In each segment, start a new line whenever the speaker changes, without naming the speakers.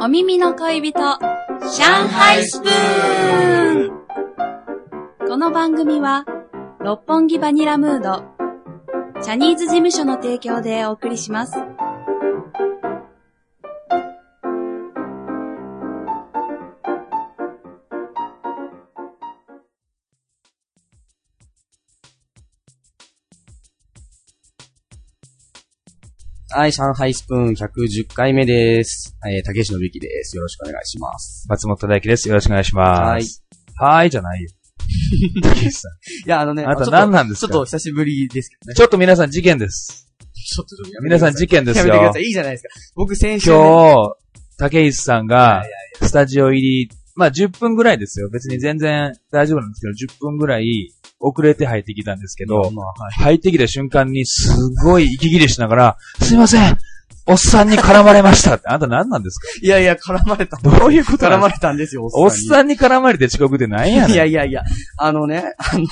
お耳の恋人、上海スプーンこの番組は、六本木バニラムード、チャニーズ事務所の提供でお送りします。
はい、上海スプーン110回目です。えー、竹内のびきです。よろしくお願いします。
松本大輝です。よろしくお願いします。はい。はーい、じゃないよ。
いや、あのね、
あなた
ちょっと
何なんですか
ちょっと久しぶりですけどね。
ちょっと皆さん事件です。
ちょっとやめて
皆
くだ
さ
い
ん事件です
やめてくだ
よ
さ。い。いいじゃないですか。僕先週ね、
今日、竹石さんが
いやいやい、
スタジオ入り、まあ10分ぐらいですよ。別に全然大丈夫なんですけど、10分ぐらい遅れて入ってきたんですけ
まあ
ど、
まあはい
入ってきた瞬間にすごい息切れしながら、すいませんおっさんに絡まれましたって。あなた何なんですか
いやいや、絡まれた。
どういうことな
絡
んで
ます
か
れたんですよ、
お
おっ
っ
さ
さんに絡まれて遅刻でなんや
んに。いや
ね
い
ん。
やいや、あのね、あの、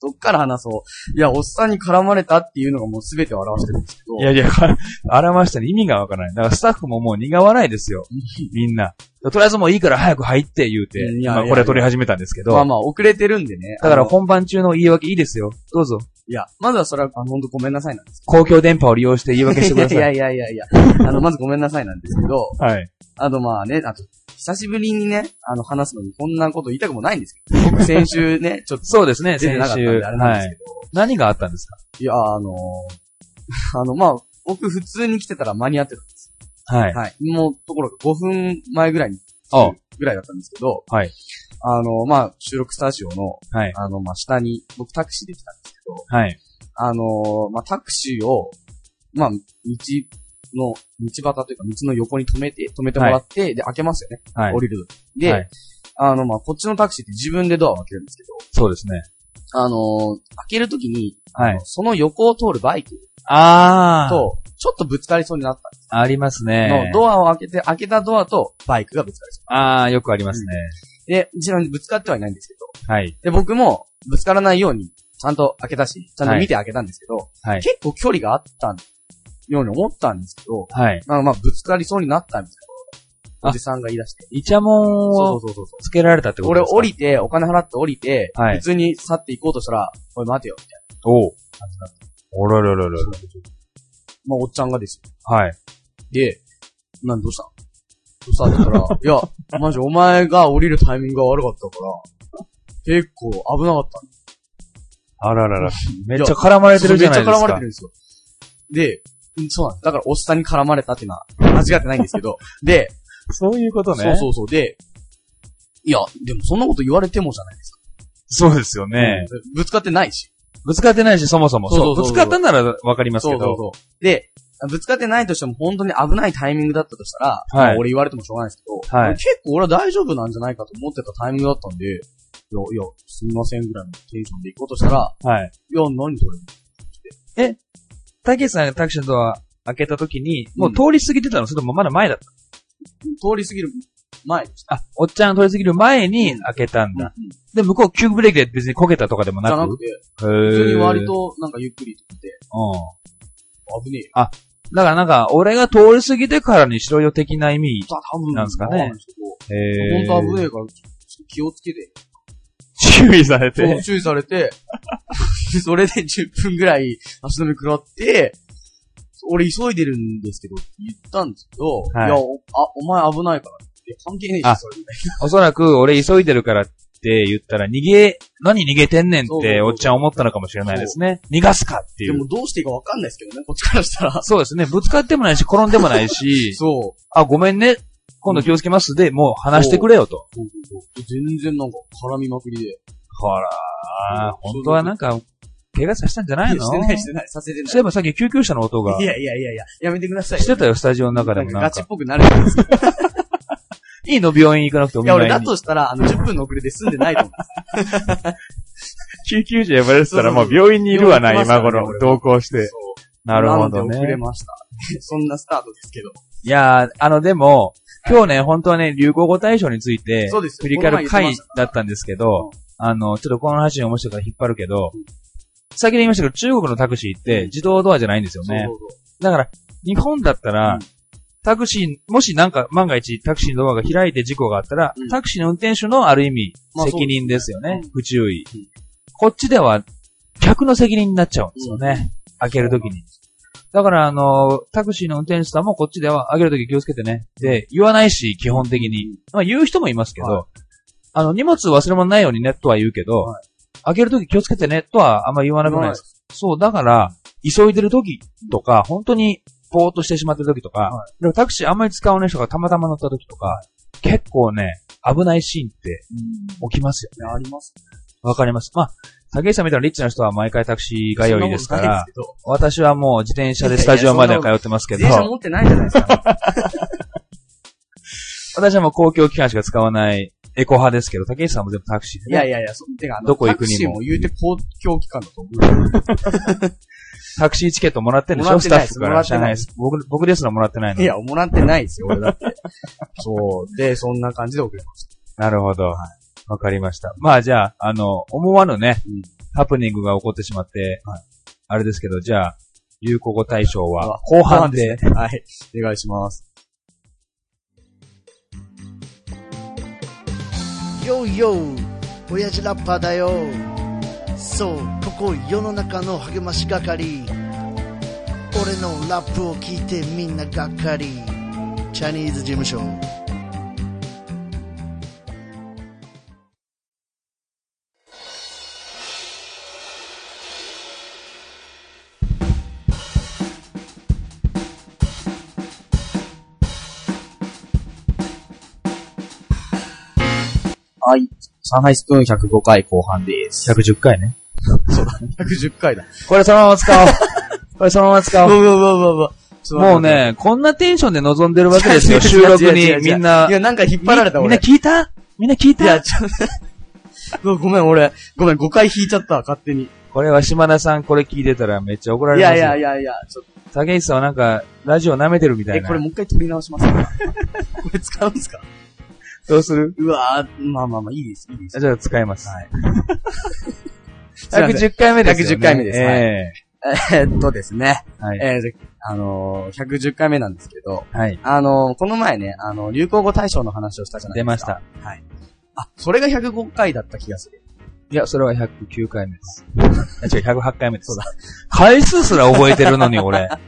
どっから話そう。いや、おっさんに絡まれたっていうのがもう全てを表してるんですけど。
いやいや、 か表したら意味がわからない。だからスタッフももう苦笑いですよ。みんな。とりあえずもういいから早く入って言うて
い、やいや
今これ撮り始めたんですけど。
まあまあ、遅れてるんでね。
だから
あの
本番中の言い訳いいですよ。どうぞ。
いや、まずはそれは、あの、ほんとごめんなさいなんです
公共電波を利用して言い訳し
け
て
ど。
く
い
ださい。
やいやいやいや。あの、まずごめんなさいなんですけど、
はい。
あのまあね、あと、久しぶりにね、あの話すのにこんなこと言いたくもないんですけど、僕先週ね、ちょっと
そうですね、
出て
先
なかったん
週。
であれなん
は
ですけ
い。
ど、
何があったんです
い、や、あの ーあのまあ、僕普通に来てたら間に合ってたんです。
かはい。
はい。もう、ところが5分前ぐらいに、
おう
ぐらいだったんですけど、
はい。
あの、まあ、収録スタジオの、
はい。
あの、まあ、下に、僕タクシーで来たんですけど、
はい。
あのーまあ、タクシーを、まあ、道の、道端というか、道の横に止めて、止めてもらって、で、開けますよね。
はい
降。りる時。で、
はい
あの、まあ、こっちのタクシーって自分でドアを開けるんですけど、
そうですね。
あのー開けるときに、
はい。
その横を通るバイク
あー。
と、ちょっとぶつかりそうになったんです
あります
けど、
ね。
ドアを開けて、開けたドアとバイクがぶつかりそ
あー、よくありますね。
う。で、自分ぶつかってはいないんですけど、
はい。
で、僕もぶつからないように、ちゃんと開けたし、ちゃんと見て開けたんですけど、
はい。
結構距離があったように思ったんですけど、
はい。
まあまあ、ぶつかりそうになったみたいな。
あ
おじさんが言い出して。
イチャモン
そ
を
うそうそうそう。
つけられたってこと
俺
ですか
降りて、お金払って降りて、
はい
普通に去っていこうとしたら、おい待てよ、みたい
おう。おららららら。
な。まあ、おっちゃんがですよ。
はい。
で、なんどうしたどうしたって言ったら、いや、マジお前が降りるタイミングが悪かったから、結構危なかったんだ。
あららら。めっちゃ絡まれてるじゃないです
めっちゃ絡まれ
か
てるん。ですよ。で、うんそうなんです。だから、おっさんに絡まれたっていうのは、間違ってないんですけど、で、
そういうことね。
そうそうそう、で、いや、でもそんなこと言われてもじゃないですか。
そうですよね。
うんぶつかってないし。
ぶつかってないし、そもそも。
そうそ
そうう。
そう
ぶ
そう
つかったならわかります
そ
け
うそう
ど。
そう。で、ぶつかってないとしても本当に危ないタイミングだったとしたら、
はい
まあ俺言われてもしょうがないですけど、
はい
俺結構俺は大丈夫なんじゃないかと思ってたタイミングだったんで、いや、いや、すみませんぐらいのテンションで行こうとしたら、
はい。
いや、何それ
たけしさんがタクシーのドア開けた時に、もう通り過ぎてたの、それともまだ前だった。
通り過ぎる前でした。
あ、おっちゃんが通り過ぎる前に開けたん
うん
だ。で、向こう急ブレーキで別にこけたとかでも
じゃ
な
な
く
く。て、
へ
普通に
ー
割
うん。
となんかゆっくりとって、危ねえよ。
だからなんか、俺が通り過ぎてからにしろよ的な意味。
さ多分
なんすかね
ですけ
へー
ど本当危ねえから、気をつけて。
注意されて
そう。注意されて、 でそれで10分ぐらい足止め食らって、俺急いでるんですけど、言ったんですけど、
はい
い、や、おあ、お前危ないから。いや、関係ねえし、
あ
それ。
おそらく、俺急いでるからって言ったら、逃げ、何逃げてんねんっ
そうそう
て、
そう
おっちゃん思ったのかもしれないですね。逃がすかってい
で
う。
もどうしていいかわかんないですけどね、こっちからしたら。
そうですね。ぶつかってもないし、転んでもないし、
そ
あ、ごめんね。今度気をつけます。で、もう話してくれよと。
う。全然なんか絡みまくりで。
ほらー、本当はなんか、怪我させたんじゃない
いや
の
してない、してない、させて
そ
な
ういえばさっき救急車の音が
い。い、やいやいやいや、やめてくださいよ。
してたよ、スタジオの中で
な
も
ん
な
かガ
ん
チっ
か。
ぽくなるじゃないですか。
いいの病院行かなくてお
い
見
や、俺
舞い
だ
に。
としたら、あの、10分の遅れで済んでないと思う。
救急車呼ばれて
たらもう病
院
にいるわな今頃同
行 し
そ。う
なる
な
ほど
んで
ね
遅。れました。 そんなスタートですけど。
いやー、あのでも、今日ね、本当はね、流行語大賞について、
そうですよ
振り返る
この前言ってま
回
した
だったんですけど、あの、ちょっとこの話に面白いから引っ張るけど、先で言いましたけど、中国のタクシーって自動ドアじゃないんですよね。
そうそうそう
だから、日本だったら、タクシー、もしなんか万が一タクシーのドアが開いて事故があったら、
うん
タクシーの運転手のある意味、
まあ
責任ですよね。
うん
不注意、
うん
こっちでは、客の責任になっちゃうんですよね。開けるときに。だから、あの、タクシーの運転手さんもこっちでは開けるとき気をつけてね。で、言わないし、基本的に。まあ言う人もいますけど、
は
あの、荷物忘れ物ないようにね、とは言うけど、
は
開けるとき気をつけてね、とはあんま言わなくないです。そう、だから、急いでる時とか、本当にぼーっとしてしまってる時とか、
は
でもタクシーあんまり使わない人がたまたま乗った時とか、結構ね、危ないシーンって起きますよね。
あります。
わかります。まあ、竹内さんみたいなリッチな人は毎回タクシーが良いですか
そんな
ら
こ、と
私はもう自転車でスタジオまでは通ってますけ
ない
ど
ですけど。自、転車持ってないじゃないですか。
私はもう公共機関しか使わないエコ派ですけど、竹内さんも全部タクシーで、
い
ね。
やいやいや、そうてか、あの
どこ行
タ
く
ク
に
シー
も
も言うて公共機関だと思う。
タクシーチケットもらってんでし
もら
ょ
っ
ス
て
タ
ない
ッ
です
フから。
もらってないです
知ら僕、僕ですらもらってないの。
いや、もらってないですよ、俺だって。そう。で、そんな感じで送ります。
なるほど。わかりました。まあじゃあ、あの、思わぬね、
うん
ハプニングが起こってしまって、あれですけど、じゃあ、流行語大賞は
あ
後半で。
はい。お願いします。
よいよ親父ラッパーだよそうここ世の中の励まし係俺のラップを聞いてみんながっかりチャニーズ事務所
はい。上海スプーン105回後半です。
110回ね。
110回だ。
これそのま ま使おう。これそのまま使おう。
うわうわうわうわちょっと待って
もう、ね、こんなテンションで臨んでるわけ
違う
ですよ、収
違う
録
違う違
に
う違う。
みんない
や、なんか引っ張られた
みん
俺。
な聞いたみんな聞い
いや、
た
ちょっと、ごめん俺、ごめん5回引いちゃった、勝手に。
これは島田さんこれ聞いてたらめっちゃ怒ら
い
れま
や
す
い
よ。
やいやいや、ちょっと、
竹内さんはなんか、ラジオ舐めてるみた
え、
いな。
これもう一回撮り直し ますかこれ使うんですか
どうする
うわーまあまあまあ、いいです、いいです。
じゃあ使います。はい。
すいません
110回目ですよ
110
ね。
回目ですはい
え
えーっとですね。
えはい。
えーじゃあのー、110回目なんですけど、
はい。
あのー、この前ね、あの、流行語大賞の話をしたじゃな
出
いで
ますし
か。出
た。
ました。はい。あ、それが105回だった気がする。
いや、それは109回目 です。あ違う、108回目です。そうだ。回数すら覚えてるのに、俺。 は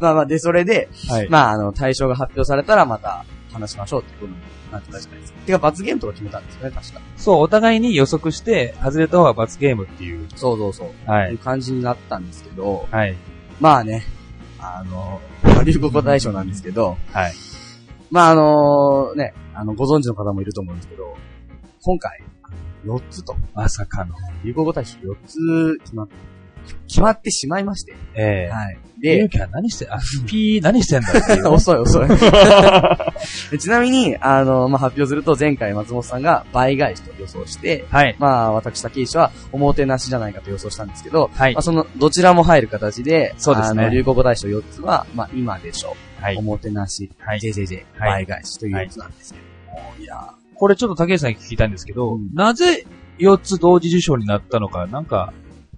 まあまあ、で、それで、
い。
まあ、あの、対象が発表されたらまた話しましょうってことになってたじゃないですか。てか、罰ゲームとか決めたんですよね、確か。
そう、お互いに予測して、外れた方が罰ゲームっていう。
そうそうそう。
は
いう
い。
感じになったんですけど、
はい。
まあね、あの、まあ流行語大賞なんですけど、
はい。
まああのね、あの、ご存知の方もいると思うんですけど、今回、4つと、
まさかの。
流行語大賞4つ決まっ、決まってしまいまして、
え
はい。
え。ゆ
で
う、きは何して、あ、スピー何してんだっていう。
遅い遅い。でちなみに、あの、まあ、発表すると前回松本さんが倍返しと予想して、
はい。
まあ、私、竹石は、おもてなしじゃないかと予想したんですけど、
はい
まあ、。その、どちらも入る形で、
そうですね
あの、流行語大賞4つは、まあ、今でしょう。
はい
おもてなし、
はい
JJJ、
は
倍返しというやつなんですけども、い、やー
これちょっと竹内さんに聞きたいんですけど、
うん
なぜ4つ同時受賞になったのか、なんか、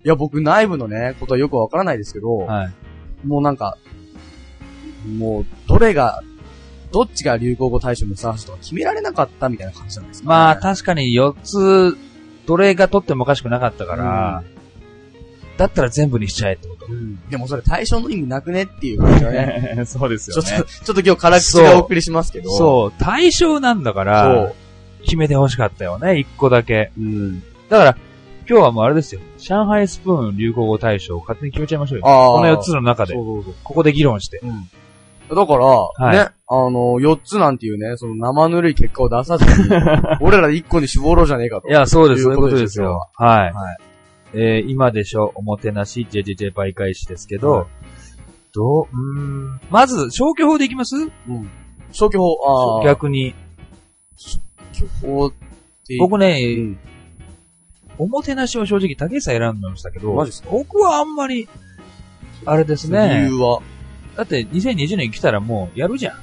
いや、僕、内部のね、ことはよくわからないですけど、
はい。
もうなんか、もう、どれが、どっちが流行語大賞にふさわしいとか決められなかったみたいな感じなんですか、ね。
まあ、確かに4つ、どれが取ってもおかしくなかったから、だったら全部にしちゃえってこと。
うんでもそれ対象の意味なくねっていう感じはね。
そうです
ちょっと、ちょっと今日辛口でお送りしますけど。
そう、対象なんだから
そ、
決めてほしかったよね、一個だけ。
う。うん。
だから、今日はもうあれですよ。上海スプーン流行語大賞を勝手に決めちゃいましょうよ。
あ
この4つの中で
そ、うそうそう。
ここで議論して。
だから、
い
ね、あの、4つなんていうね、その生ぬるい結果を出さず に、俺らで1個に絞ろうじゃねえかと。
いや、そうで
と
す、そう
い
いう
こ
うことと
で
ですす
よ
よ。は
は
い。
い
えー今でしょ、おもてなし、JJJ 倍返しですけど、
はい
どう、うーん。まず、消去法でいきます
うん。消去法、ああ。
逆に。
消去法って。
僕ね、
ん
おもてなしを正直竹内さん選んだんしたけど、
マジっすか
僕はあんまり、あれです
理
ね
由。は。
だって2020年来たらもうやるじゃん。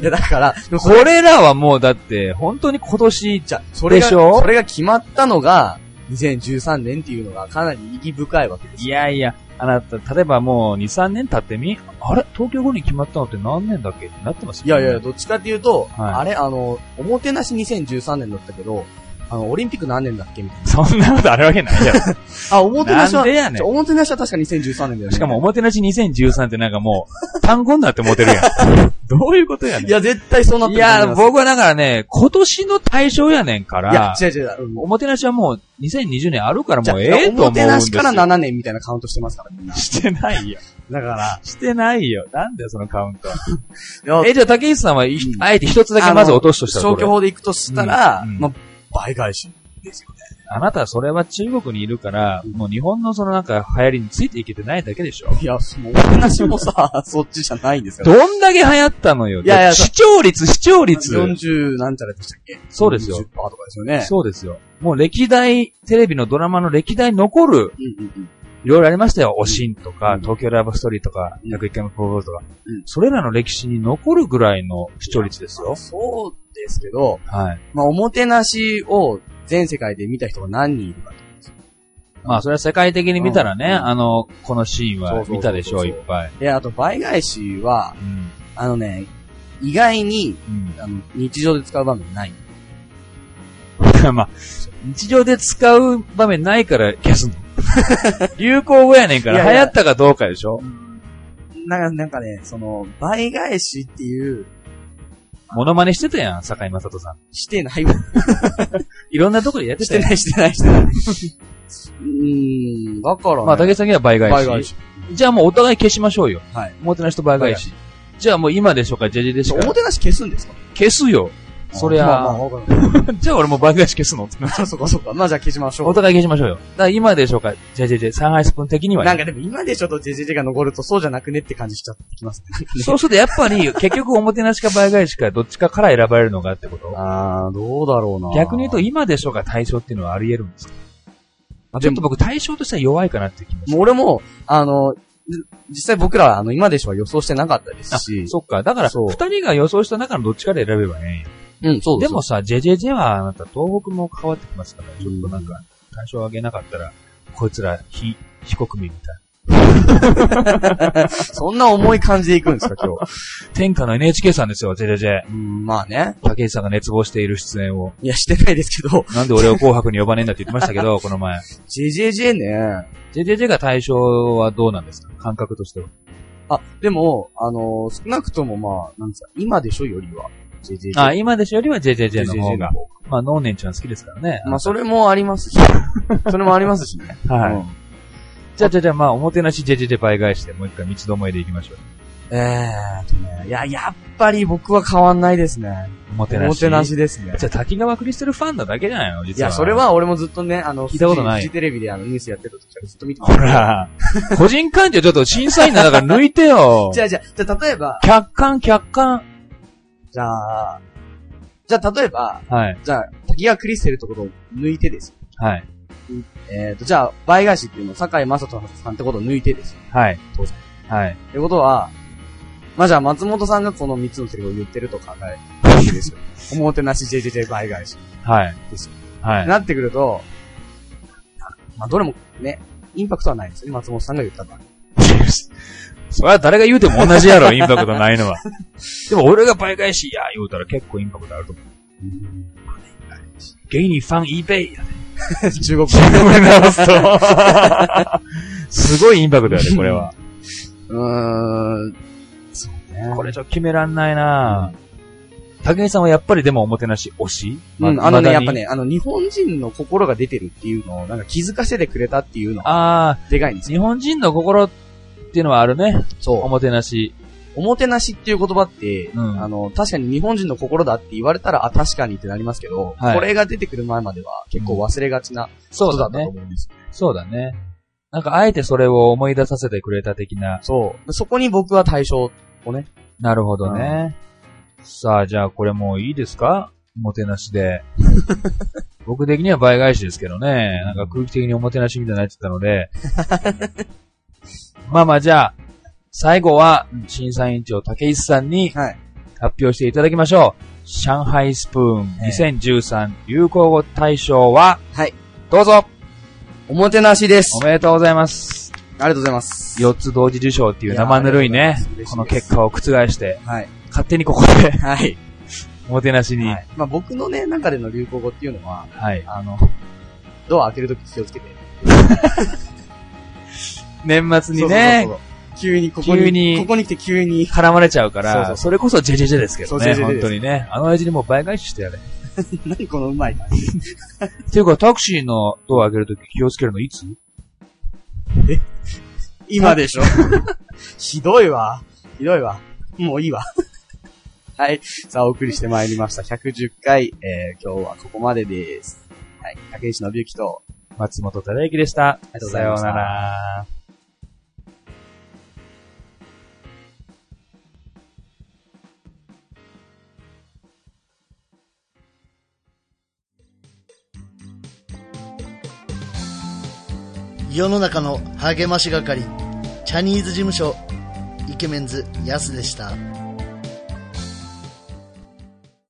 いや、だから、でも
こ
それ、
れらはもうだって、本当に今年、
じゃ、それが、
でしょ
それが決まったのが、 2013年っていうのがかなり意義深いわけです
いやいや、あなた、例えばもう2、3年経ってみ、あれ東京五輪決まったのって何年だっけってなってます
い
よ
や
ね
いや、、どっちかっていうと、
はい
あれ、あの、おもてなし2013年だったけど、あの、オリンピック何年だっけみたい
そんなことあるわけない やろ。
な。あ、おもてなし
な
は、
んでやねん
ちょおもてなしは確か2013年だよね。
しかも、おもてなし2013ってなんかもう、単語になってモテるやん。 どういうことやねん。
いや、絶対そうなっ
い
てると思い
や、
ます。
僕はだからね、今年の対象やねんから、
いや、違う違う。うん
おもてなしはもう2020年あるから
じゃ
も
あ
うええと思
おも
うんです
て
よ。
なしから7年みたいなカウントしてますから、みんな。
してないよ。
だか
してないよ。なんだよ、そのカウン トは。
ら、
え、じゃあ、竹内さんは、
う
い
ん
あえて一つだけまず落とすとしたら
消
これ
去法でいくとしたら、
うんうん
まあ、倍返しですよね。
あなたはそれは中国にいるから、もう日本のそのなんか流行りについていけてないだけでしょ。
いや、そのおもてなしもさ、 そっちじゃないんですよ。
どんだけ流行ったのよ。
いやいやそう
視聴率、視聴率。
40何ちゃらでしたっけ
そうですよ
40%とかですよね。
そうですよ。もう歴代、テレビのドラマの歴代残る、
うんうんうん。
いろいろありましたよ。おしんとか、
うん
東京ラブストーリーとか、
うん
101回目プロポーズとか、
うん
それらの歴史に残るぐらいの視聴率ですよ。
そうですけど、
はい。
まあ、おもてなしを全世界で見た人が何人いるか。
まあ、それは世界的に見たらね、
うん
あの、このシーン
そう
は
そうそうそう
見たでしょう、いっぱい。
で、あと、倍返しは、
うん。
あのね、意外に、
うん。
あの、日常で使う場面ない。
まあ、日常で使う場面ないから消 すの。流行語やねんか
いや
ら、
いや
流行ったかどうかでしょ
なんか、なんかね、その、倍返しっていう、
モノマネしてたやん、坂井正人さん。
して ないわ。
いろんなとこでやって
したて
や
ない、してない、してない。う ーん、だからね、
ん。まあ、竹内さんには倍返し。
倍返し。
じゃあもうお互い消しましょうよ。
はい。
おもてなしと倍返し。じゃあもう今でしょうか、ジェジェでし
お
ょ
も
か。
てなし消すんですか
消すよ。そりゃ、
まあまあ、わかる。
じゃあ俺も倍返し消すのってな
そっかそっか。まあじゃあ消しましょ
お
う。
互い消しま しょうよ。だから今でしょうか、ジェジェジェ、サンハイスプーン的にはね
なんかでも今でちょっとジェジェジェが残るとそうじゃなくねって感じしちゃってきますね。
そうするとやっぱり、結局おもてなしか倍返しかどっちかから選ばれるのがってこと
あー、どうだろうな
逆に言うと今でしょうか対象っていうのはあり得るんですか
あ
ちょっと僕対象としては弱いかなって気もし
もう俺も、あの、じ実際僕らはあの、今でしょは予想してなかったですし。
そっか。だから、
そう
二人が予想した中のどっちかで選べばね。
うん、そう
で
で
も
も、
さ、ジェジェジェはあなた東北も変わってきますから、ちょっとなんか、対象を上げなかったら、こいつら非、非国民みたい
そんな重い感じでいくんですか、今日。
な。 天下の NHK さんですよ、ジェジェジェ。
うん、まあね。
竹内さんが熱望している出演を。
いや、してないですけど、
なんで俺を紅白に呼ばねえんだって言ってましたけど、この前。
JJJ ね。
ジェジェジェが対象はどうなんですか感覚としては。
あ、でも、あの、少なくともまあ、なんですか、今でしょよりは、JJJ。
あ、今でしょよりはジェジェジェ
JJJ の
の方
方
が
が。。
まあ、ノーネンちゃん好きですからね。
まあ、それもあり ますし。それもありますしね。
はい
うん
じゃあ、じゃあ、じゃあ、まあ、おもてなしジェジェジェ倍返しで、もう一回三つどもえでいきましょう。
えーっとね、いや、やっぱり僕は変わんないですね。
おもて
お
なし。
もてなしですね。
じゃあ、滝川クリステルファンなだけじゃないの
い
実は。
や、それ。は俺もずっとね、あの、
聞いたことな
フ
い
ジフジテレビであの、ニュースやってた時からずっと見てま
ほ
した。
ら、 個人感情ちょっと審査員なだから抜いて よ。
じゃあじゃあ、じゃあ例えば、
客観、客観。
じゃあ、じゃあ例えば、
はい、
じゃあ、滝川クリステルってことを抜いてです。
はい、
えっ、と、じゃあ、倍返しっていうの、坂井正人さんってことを抜いてです。
はい
当然。
はい。
ってことは、まあ、じゃあ、松本さんがこの3つのセリフを言ってると考えるんですよ。おもてなし JJJ 倍返し。
はい
です。
はい。
なってくると、まあ、どれもね、インパクトはないですよね、松本さんが言った 場合。
それは誰が言うても同じやろ、インパクトないのは。でも俺が倍返しや言うたら結構インパクトあると思う。ゲイにファン eBay や。
中国語。
直すと。すごいインパクトやね、これは。
うーん。そうね。
これちょっと決めらんないな竹井さんはやっぱりでもおもてなし推し
うん、
ま
あのね、
未だ
やっ
に
ぱね、あの、日本人の心が出てるっていうのを、なんか気づかせてくれたっていうのは、
あ
でかいんで
あ、
すよ。
日本人の心っていうのはあるね。お
そ
もてなし。
う。おもてなしっていう言葉って、
うん
あの、確かに日本人の心だって言われたら、あ、確かにってなりますけど、
はい
これが出てくる前までは結構忘れがちな
そ
こと
う
だっ
だ
たと
ね。
思うんですよ。
そうだね。なんかあえてそれを思い出させてくれた的な。
そう。そこに僕は対象をね。
なるほどね。さあ、じゃあこれもういいですかおもてなし で。僕的には倍返しですけどね。なんか空気的におもてなしみたいになってたので。 まあまあじゃあ、最後は審査委員長竹石さんに
はい。
発表していただきましょう。上海スプーン2013流行語大賞は、
はい。
どうぞ
おもてなしです。
お
あ
めでとうございます。
りがとうございます。
4つ同時受賞っていう生ぬるい
いやーあり
ね
がとうございま、す
この結果を覆して、
はい。
勝手にここで、
はい。
おもてなしに、
はいまあ僕のね、中での流行語っていうのは、
はい。
あの、ドア開けるとき気をつけて。
年末にね
そう、そうそうそう急にここに、
急に
ここに来て急に、
絡まれちゃうか
そうそうそ
ら、
う
それこそ JJJ ですけど
そう
ね、
JJJ
本当にね。あの親父にもう倍返ししてやれ。
何このうまいな。
っていうか、タクシーのドア開けるとき気をつけるのいつ
今でし ょ。ひどいわ。ひどいわ。もういいわ。 はい。さあ、お送りしてまいりました。110回、えー、今日はここまでです。はい。竹内信之と、
松本忠之でした。
りがとうご
さ
ざい
よ
ま
う
した
なら。
世の中の励まし係チャニーズ事務所イケメンズヤスでした